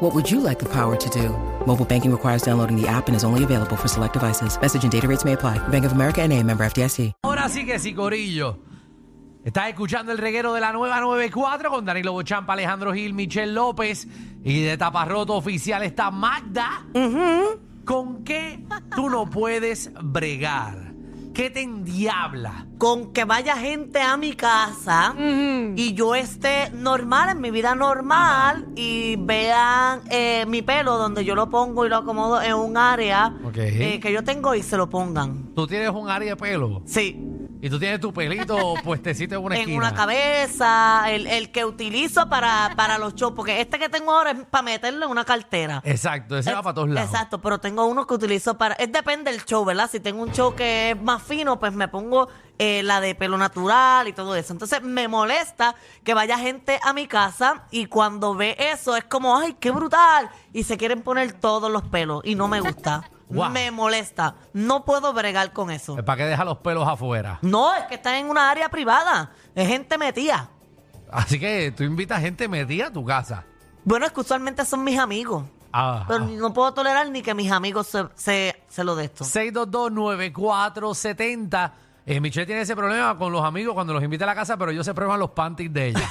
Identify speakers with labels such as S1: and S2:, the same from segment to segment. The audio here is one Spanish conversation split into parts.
S1: What would you like the power to do? Mobile banking requires downloading the app and is only available for select devices. Message and data rates may apply. Bank of America and a member FDIC.
S2: Ahora sí que sí, Corillo. Estás escuchando el reguero de la nueva 94 con Danilo Bochampa, Alejandro Gil, Michelle López y de taparroto oficial está Magda. ¿Con qué tú no puedes bregar? ¿Qué te endiabla?
S3: con que vaya gente a mi casa y yo esté normal en mi vida normal y vean eh, mi pelo donde yo lo pongo y lo acomodo en un área
S2: Ok.
S3: eh, que yo tengo y se lo pongan.
S2: Tú tienes un área de pelo
S3: Sí,
S2: y tú tienes tu pelito puestecito en una esquina.
S3: en una cabeza, el, el que utilizo para, para los shows, porque este que tengo ahora es para meterlo en una cartera.
S2: Exacto, ese va para todos lados.
S3: Exacto, pero tengo uno que utilizo para... Es depende del show, ¿verdad? Si tengo un show que es más fino, pues me pongo eh, la de pelo natural y todo eso. Entonces me molesta que vaya gente a mi casa y cuando ve eso es como, ay, qué brutal. Y se quieren poner todos los pelos y no me gusta.
S2: Wow.
S3: Me molesta. No puedo bregar con eso.
S2: ¿Para qué deja los pelos afuera?
S3: No, es que están en una área privada. Es gente metida.
S2: Así que tú invitas gente metida a tu casa.
S3: Bueno, es que usualmente son mis amigos.
S2: Ah,
S3: Pero
S2: ah.
S3: no puedo tolerar ni que mis amigos se, se, se lo de esto.
S2: 6229470. Eh, Michelle tiene ese problema con los amigos cuando los invita a la casa, pero ellos se prueban los panties de ella.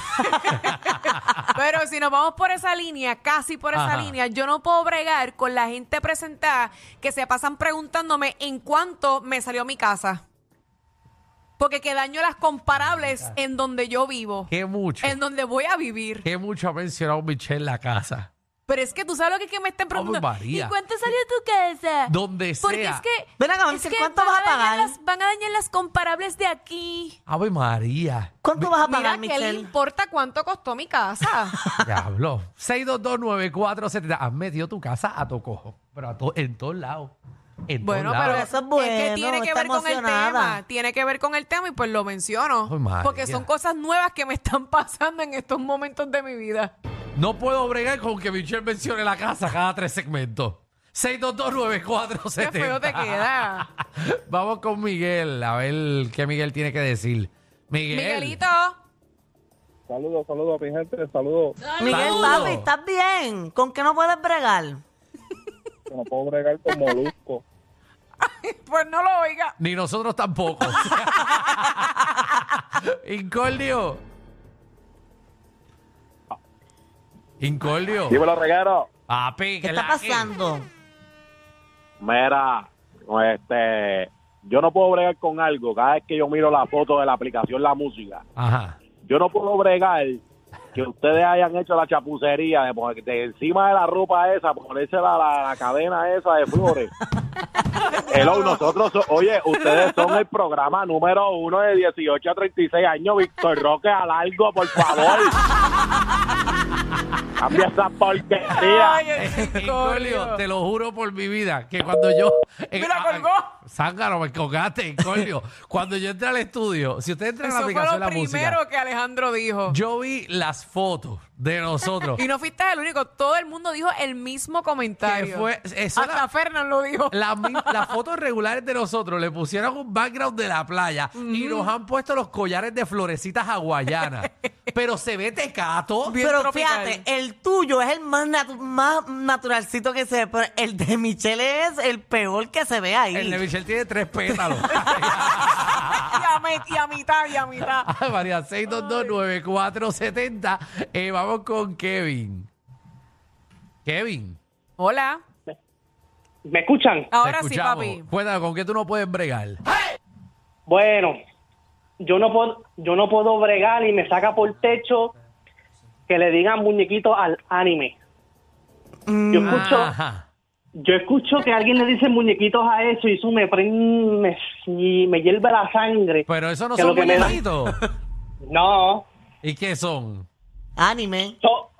S4: Pero si nos vamos por esa línea, casi por esa
S2: Ajá.
S4: línea, yo no puedo bregar con la gente presentada que se pasan preguntándome en cuánto me salió mi casa. Porque que daño las comparables en donde yo vivo,
S2: Qué mucho.
S4: en donde voy a vivir.
S2: Qué mucho ha mencionado Michelle la casa.
S4: Pero es que tú sabes lo que, es que me estén preguntando.
S2: Ave María.
S4: ¿Y cuánto salió tu casa?
S2: Donde
S4: Porque
S2: sea.
S4: es que.
S3: Ven acá,
S4: es
S3: Mamsi,
S4: que
S3: ¿cuánto
S4: van
S3: vas a
S4: dañar
S3: pagar?
S4: las- van a dañar las comparables de aquí.
S2: Ave María.
S3: ¿Cuánto vas a
S4: Mira,
S3: pagar,
S4: ¿qué le
S3: Michelle?
S4: importa cuánto costó mi casa?
S2: Diablo. 6229470. Has metido tu casa a tu cojo. Pero a to- en todos lados. En
S4: Bueno,
S2: todos
S4: pero
S2: lados.
S3: Eso es
S4: que
S3: bueno,
S4: tiene que
S3: está
S4: ver con el
S3: emocionada.
S4: tema. Tiene que ver con el tema y pues lo menciono.
S2: Ay, María.
S4: porque son cosas nuevas que me están pasando en estos momentos de mi vida.
S2: No puedo bregar con que Michelle mencione la casa cada tres segmentos. 6229470.
S4: Qué feo te queda.
S2: Vamos con Miguel. A ver qué Miguel tiene que decir. Miguel.
S4: Miguelito,
S5: Saludos, saludos a mi gente, saludos.
S4: ¿eh?
S3: Miguel,
S2: Saludos.
S3: papi, ¿estás bien? ¿Con qué no puedes bregar?
S5: Que no puedo bregar con molusco.
S4: pues no lo oiga.
S2: Ni nosotros tampoco. Incordio. Incordio.
S5: Dímelo, reguero.
S2: Papi,
S3: ¿Qué
S2: que
S3: está
S2: la que-
S3: pasando?
S5: Mera, este, yo no puedo bregar con algo. Cada vez que yo miro la foto de la aplicación La Música,
S2: Ajá.
S5: yo no puedo bregar que ustedes hayan hecho la chapucería de, poner- de encima de la ropa esa, ponerse la, la- la cadena esa de flores. Hello, nosotros, so- oye, ustedes son el programa número uno de 18 a 36 años, Víctor Roque, a largo, por favor. Cambia esa porquería.
S4: Ay, el
S2: Incordio,
S4: Victorio.
S2: te lo juro por mi vida, que cuando yo... eh, ah,
S4: Mira, colgó.
S2: Zángaro, me colgaste, Incordio. cuando yo entré al estudio, si usted entra en la
S4: Eso fue
S2: aplicación
S4: lo
S2: de la
S4: primero
S2: música,
S4: que Alejandro dijo.
S2: yo vi las fotos de nosotros.
S4: Y no fuiste el único. Todo el mundo dijo el mismo comentario.
S2: que fue, eso
S4: Hasta
S2: era-
S4: Fernan lo dijo.
S2: la mi- Las fotos regulares de nosotros le pusieron un background de la playa y nos han puesto los collares de florecitas hawaianas. Pero se ve tecato.
S3: Pero
S4: tropical.
S3: fíjate, el tuyo es el más, natu- más naturalcito que se ve, pero el de Michelle es el peor que se ve ahí.
S2: El de Michelle tiene tres pétalos.
S4: y, a me- y a mitad, y a mitad.
S2: Ay, María, 6229470. Eh, vamos con Kevin. Kevin.
S4: Hola.
S6: ¿Me escuchan?
S2: te
S4: Ahora sí,
S2: escuchamos.
S4: papi.
S2: Cuéntame, ¿con qué tú no puedes bregar?
S6: Bueno, yo no puedo yo no puedo bregar y me saca por techo que le digan muñequito al anime. Yo
S2: Mm.
S6: escucho
S2: Ajá.
S6: yo escucho que alguien le dice muñequitos a eso y eso me prende y me hierve la sangre.
S2: Pero eso no
S6: Que
S2: son
S6: lo que me da-
S2: muñequitos.
S6: No,
S2: ¿Y qué son?
S3: Anime.
S6: so-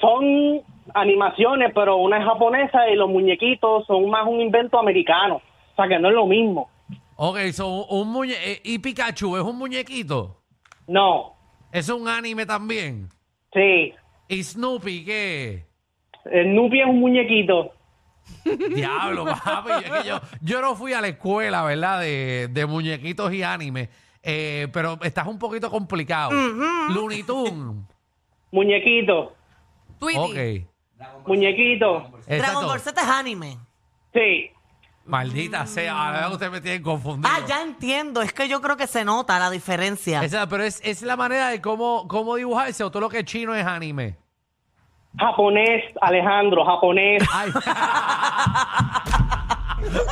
S6: son animaciones, pero una es japonesa y los muñequitos son más un invento americano. O sea que no es lo mismo.
S2: Ok, son un, muñe- eh, ¿Y Pikachu es un muñequito?
S6: No,
S2: Es un anime también.
S6: sí.
S2: ¿Y Snoopy qué?
S6: El Nupi es un muñequito.
S2: Diablo, papi. es que yo, yo no fui a la escuela, ¿verdad? De, de muñequitos y anime. Eh, pero estás un poquito complicado. Looney Tunes.
S6: Muñequito.
S4: Tweety.
S2: Ok.
S6: Muñequito.
S3: Dragon Ball
S2: Exacto.
S3: Z es anime.
S6: Sí.
S2: Maldita sea, ahora ustedes me tienen confundido.
S3: Ah, ya entiendo. Es que yo creo que se nota la diferencia.
S2: Esa- pero es, es la manera de cómo, cómo dibujarse o todo lo que es chino es anime.
S6: Japonés, Alejandro, japonés.
S2: Ay.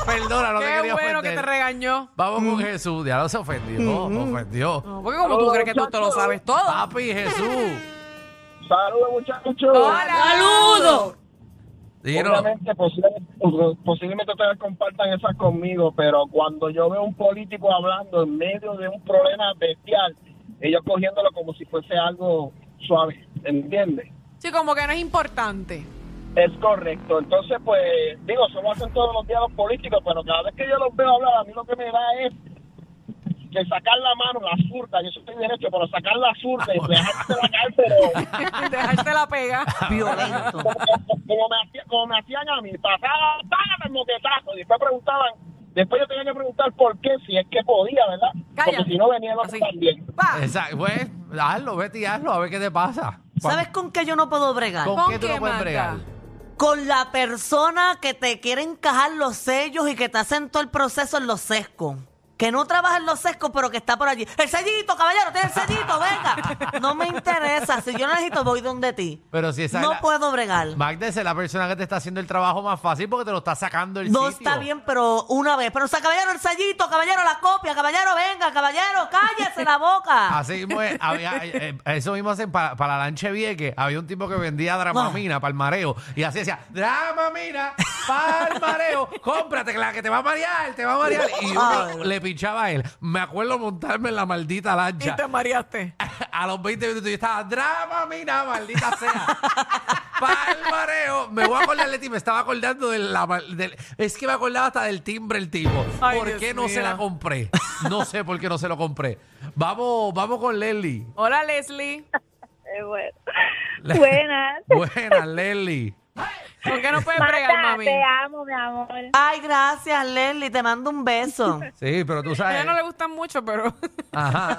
S2: Perdona, no te
S4: Qué
S2: quería
S4: bueno que
S2: ofender.
S4: te regañó.
S2: Vamos con Jesús, ya no se ofendió, ofendió.
S4: No, porque como tú crees que tú te lo sabes todo.
S2: Papi Jesús,
S7: Saludos, muchachos.
S4: ¡Saludos!
S2: Dino,
S7: Obviamente, posible- posiblemente ustedes compartan esas conmigo, pero cuando yo veo un político hablando en medio de un problema bestial, ellos cogiéndolo como si fuese algo suave, ¿entiendes?
S4: Sí, como que no es importante.
S7: Es correcto. Entonces, pues, digo, se lo hacen todos los días los políticos, pero cada vez que yo los veo hablar, a mí lo que me da es que sacar la mano, la zurda, yo soy derecho, pero sacar la zurda y dejarse la caer, pero...
S4: Dejarte la pega.
S3: Violento.
S7: como, como me hacía- como me hacían a mí, pasaba, págame el moquetazo. Y después preguntaban, después yo tenía que preguntar por qué, si es que podía, ¿verdad?
S4: Cállate.
S7: Porque si no venía el otro
S4: Así.
S7: también.
S4: Pa.
S2: exacto, pues, hazlo, vete y hazlo, a ver qué te pasa.
S3: ¿Sabes con qué yo no puedo bregar?
S2: ¿Con,
S4: ¿Con
S2: qué tú
S4: qué,
S2: no puedes
S4: Magda?
S2: bregar?
S3: Con la persona que te quiere encajar los sellos y que te hacen todo el proceso en los sescos. Que no trabaja en los sescos, pero que está por allí. El sellito, caballero, tiene el sellito, venga. No me interesa. Si yo necesito, voy donde ti.
S2: Pero si esa es
S3: no
S2: la-
S3: puedo bregar.
S2: Magda esa es la persona que te está haciendo el trabajo más fácil porque te lo está sacando el
S3: No
S2: sitio.
S3: está bien, pero una vez. Pero, o sea, caballero, el sellito, caballero, la copia, caballero, venga, caballero, cállese la boca.
S2: Así mismo es, había- eh, eh, eso mismo hacen para, para la lanche vieque. Había un tipo que vendía
S3: Ah.
S2: dramamina para el mareo. Y así decía, dramamina para el mareo. Cómprate la que te va a marear, te va a marear. Y uno
S3: Ay.
S2: le pinchaba a él. Me acuerdo montarme en la maldita
S4: Y
S2: lancha.
S4: te mareaste.
S2: A los 20 minutos yo estaba, dramamina, maldita sea. para el mareo. Me voy a acordar de ti, me estaba acordando de la... mal- del- es que me acordaba hasta del timbre el tipo.
S4: Ay,
S2: ¿Por
S4: Dios
S2: qué no se
S4: mío.
S2: la compré? No sé por qué no se lo compré. Vamos, vamos con Leli.
S4: Hola, Leslie.
S8: Eh, bueno.
S2: Le-
S8: Buenas.
S2: Buenas, Leli.
S4: ¿Con qué no puedes bregar,
S8: Marta,
S4: mami?
S8: te amo, mi amor.
S3: Ay, gracias, Leslie, te mando un beso.
S2: Sí, pero tú
S4: A
S2: sabes.
S4: ella no le gustan mucho, pero...
S2: Ajá.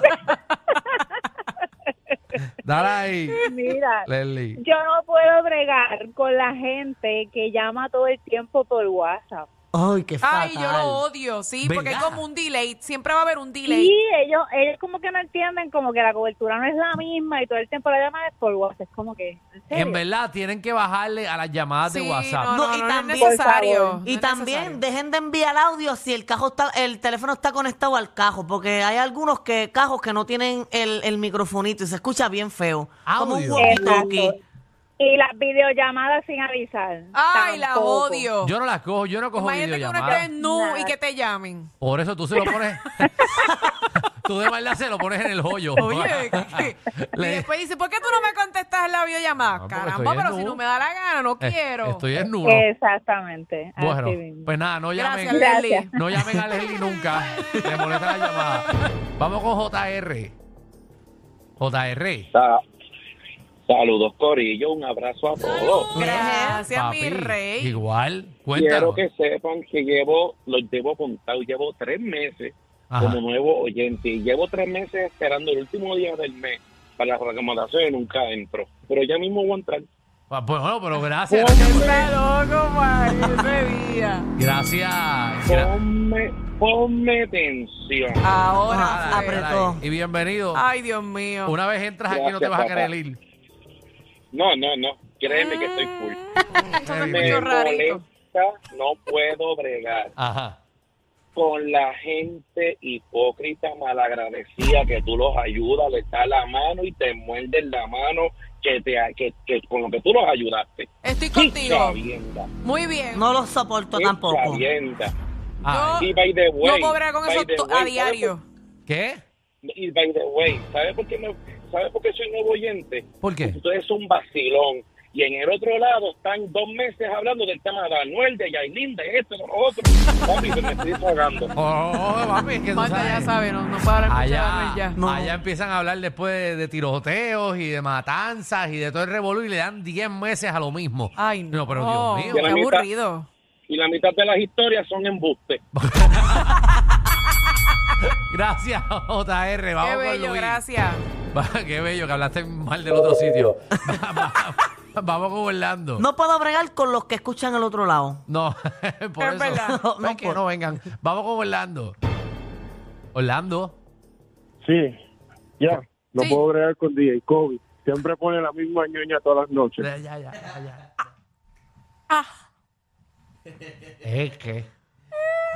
S2: Dale ahí,
S8: Mira,
S2: Leli.
S8: yo no puedo bregar con la gente que llama todo el tiempo por WhatsApp.
S3: Ay, qué fatal.
S4: Ay, yo lo odio, sí, porque hay
S2: ¿Verdad?
S4: como un delay. Siempre va a haber un delay.
S8: Sí, ellos, ellos como que no entienden como que la cobertura no es la misma y todo el tiempo la llaman es por WhatsApp. Es como que, ¿en serio?
S2: En verdad, tienen que bajarle a las llamadas de
S4: Sí,
S2: WhatsApp.
S4: No, no,
S3: No, y
S4: no, no
S3: también-
S4: es necesario. no
S3: Y
S4: es
S3: también
S4: necesario.
S3: dejen de enviar audio si el cajo está, el teléfono está conectado al cajo, porque hay algunos que cajos que no tienen el, el microfonito y se escucha bien feo. Como un
S2: Audio.
S3: walkie-talkie.
S8: Exacto. Y las videollamadas sin avisar.
S4: Ay, la
S8: Tampoco.
S4: odio.
S2: Yo no las cojo, yo no cojo
S4: Imagínate que uno
S2: videollamadas.
S4: esté en nu y que te llamen.
S2: Por eso tú se lo pones. tú de maldad se lo pones en el hoyo.
S4: Oye, ¿qué? y
S2: Le-
S4: después dice, ¿por qué tú no me contestas la videollamada?
S2: porque
S4: Caramba,
S2: estoy en
S4: pero si
S2: nu.
S4: no me da la gana, no
S2: Eh,
S4: quiero.
S2: Estoy en nulo.
S8: Exactamente. eh, así
S2: Bueno,
S8: mismo.
S2: pues nada, no llamen.
S4: Gracias, Leslie.
S8: Gracias.
S2: No llamen a Leslie nunca. Le molesta la llamada. Vamos con JR. JR.
S5: Saludos, Corillo. Un abrazo a todos.
S4: Gracias, mi
S2: Papi,
S4: rey.
S2: Igual,
S5: Quiero
S2: cuéntanos.
S5: que sepan que llevo, los llevo contado, llevo tres meses
S2: Ajá.
S5: como nuevo oyente y llevo tres meses esperando el último día del mes para las recomendaciones y nunca entro. Pero ya mismo voy a entrar.
S2: Ah, pues, bueno, pero gracias.
S4: Está loco, Mario, ese día.
S2: Gracias. Gra-
S5: Ponme, ponme tensión.
S4: Ahora.
S3: Ah,
S4: fue.
S3: apretó.
S2: Y bienvenido.
S4: Ay, Dios mío.
S2: Una vez entras aquí no te
S5: Gracias,
S2: vas a
S5: papá.
S2: querer ir.
S5: No, no, no. Créeme que estoy full.
S4: Mm, Ah. Esto se
S2: Qué
S4: escuchó
S2: bien.
S4: rarito.
S5: molesta, no puedo bregar.
S2: Ajá.
S7: con la gente hipócrita, malagradecida, que tú los ayudas, les das la mano y te muerden la mano que te, que, que- con lo que tú los ayudaste.
S4: Estoy
S7: ¡Qué
S4: contigo.
S7: chavienda!
S4: Muy bien.
S3: No los soporto
S7: ¡Qué
S3: tampoco.
S7: chavienda!
S2: Ay,
S7: Y by the way,
S4: no podré con
S7: by
S4: eso
S7: the
S4: to-
S7: way,
S4: a
S7: ¿sabes
S4: diario.
S2: ¿Qué?
S7: por- y by the way, ¿sabes por qué, no, ¿sabes por qué soy nuevo oyente?
S2: ¿Por qué?
S7: Ustedes son vacilón. Y en el otro lado están dos meses hablando del tema de Anuel, de Yailin, de esto, de lo otro. Papi, se me estoy ahogando.
S2: Oh, papi, es que tú
S4: Magda ya
S2: sabes.
S4: sabe, no, no para escuchar a
S2: Allá,
S4: Anuel ya.
S3: No.
S2: allá empiezan a hablar después de, de tiroteos y de matanzas y de todo el revolú y le dan 10 meses a lo mismo.
S4: Ay, no.
S2: pero Dios mío.
S4: Qué
S7: Ya la mitad-
S4: aburrido.
S7: Y la mitad de las historias son embustes.
S2: Gracias, JR. Vamos
S4: Qué
S2: con
S4: bello,
S2: Luis.
S4: gracias.
S2: Va, Qué bello, que hablaste mal del otro sitio. Va, va, Vamos con Orlando.
S3: No puedo bregar con los que escuchan al otro lado.
S2: No, por
S4: Es
S2: eso.
S4: verdad.
S2: No,
S3: No,
S2: es que
S3: por-
S2: no vengan. Vamos con Orlando. Orlando.
S5: Sí, ya. No
S4: Sí.
S5: puedo bregar con DJ Kobe. Siempre pone la misma ñoña todas las noches.
S2: Ya, ya, ya, ya, ya.
S4: Ah.
S2: Es que.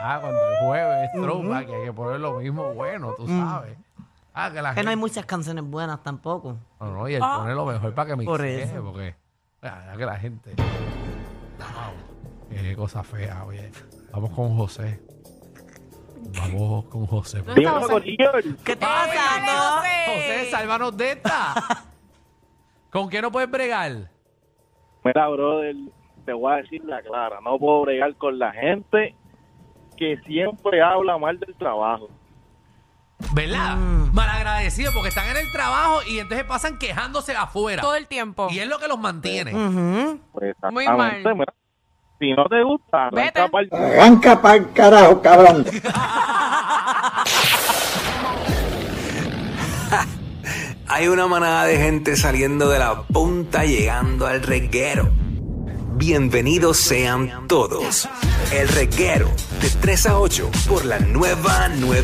S2: Ah, cuando el jueves es trompa, que hay que poner lo mismo bueno, tú sabes. Ah, que la
S3: Mm. Que no
S2: gente-
S3: hay muchas canciones buenas tampoco.
S2: No, no, y el poner lo mejor para que me
S3: Por
S2: quede,
S3: eso.
S2: porque. ah, que la gente. Wow. Qué cosa fea, oye. Vamos con José. Vamos con José. por
S4: ¿Dónde está
S5: Dímelo,
S4: José?
S5: Corillo.
S3: ¿Qué te
S4: Ay,
S3: pasa?
S4: dale,
S3: no?
S4: José.
S2: José, sálvanos de esta. ¿Con qué no puedes bregar?
S5: Mira, brother, te voy a decir la clara, no puedo bregar con la gente que siempre habla mal del trabajo.
S2: ¿Verdad?
S4: Mm.
S2: Malagradecidos porque están en el trabajo y entonces pasan quejándose afuera.
S4: Todo el Mm. tiempo.
S2: Y es lo que los mantiene.
S3: Ujú.
S5: Pues,
S4: Muy
S5: exactamente,
S4: mal.
S5: mira, si no te gusta,
S4: Vete.
S5: arranca pa'l-
S9: Arranca pa'l carajo, cabrón.
S10: Hay una manada de gente saliendo de la punta llegando al reguero. Bienvenidos sean todos. El reguero de 3 a 8 por la nueva 9.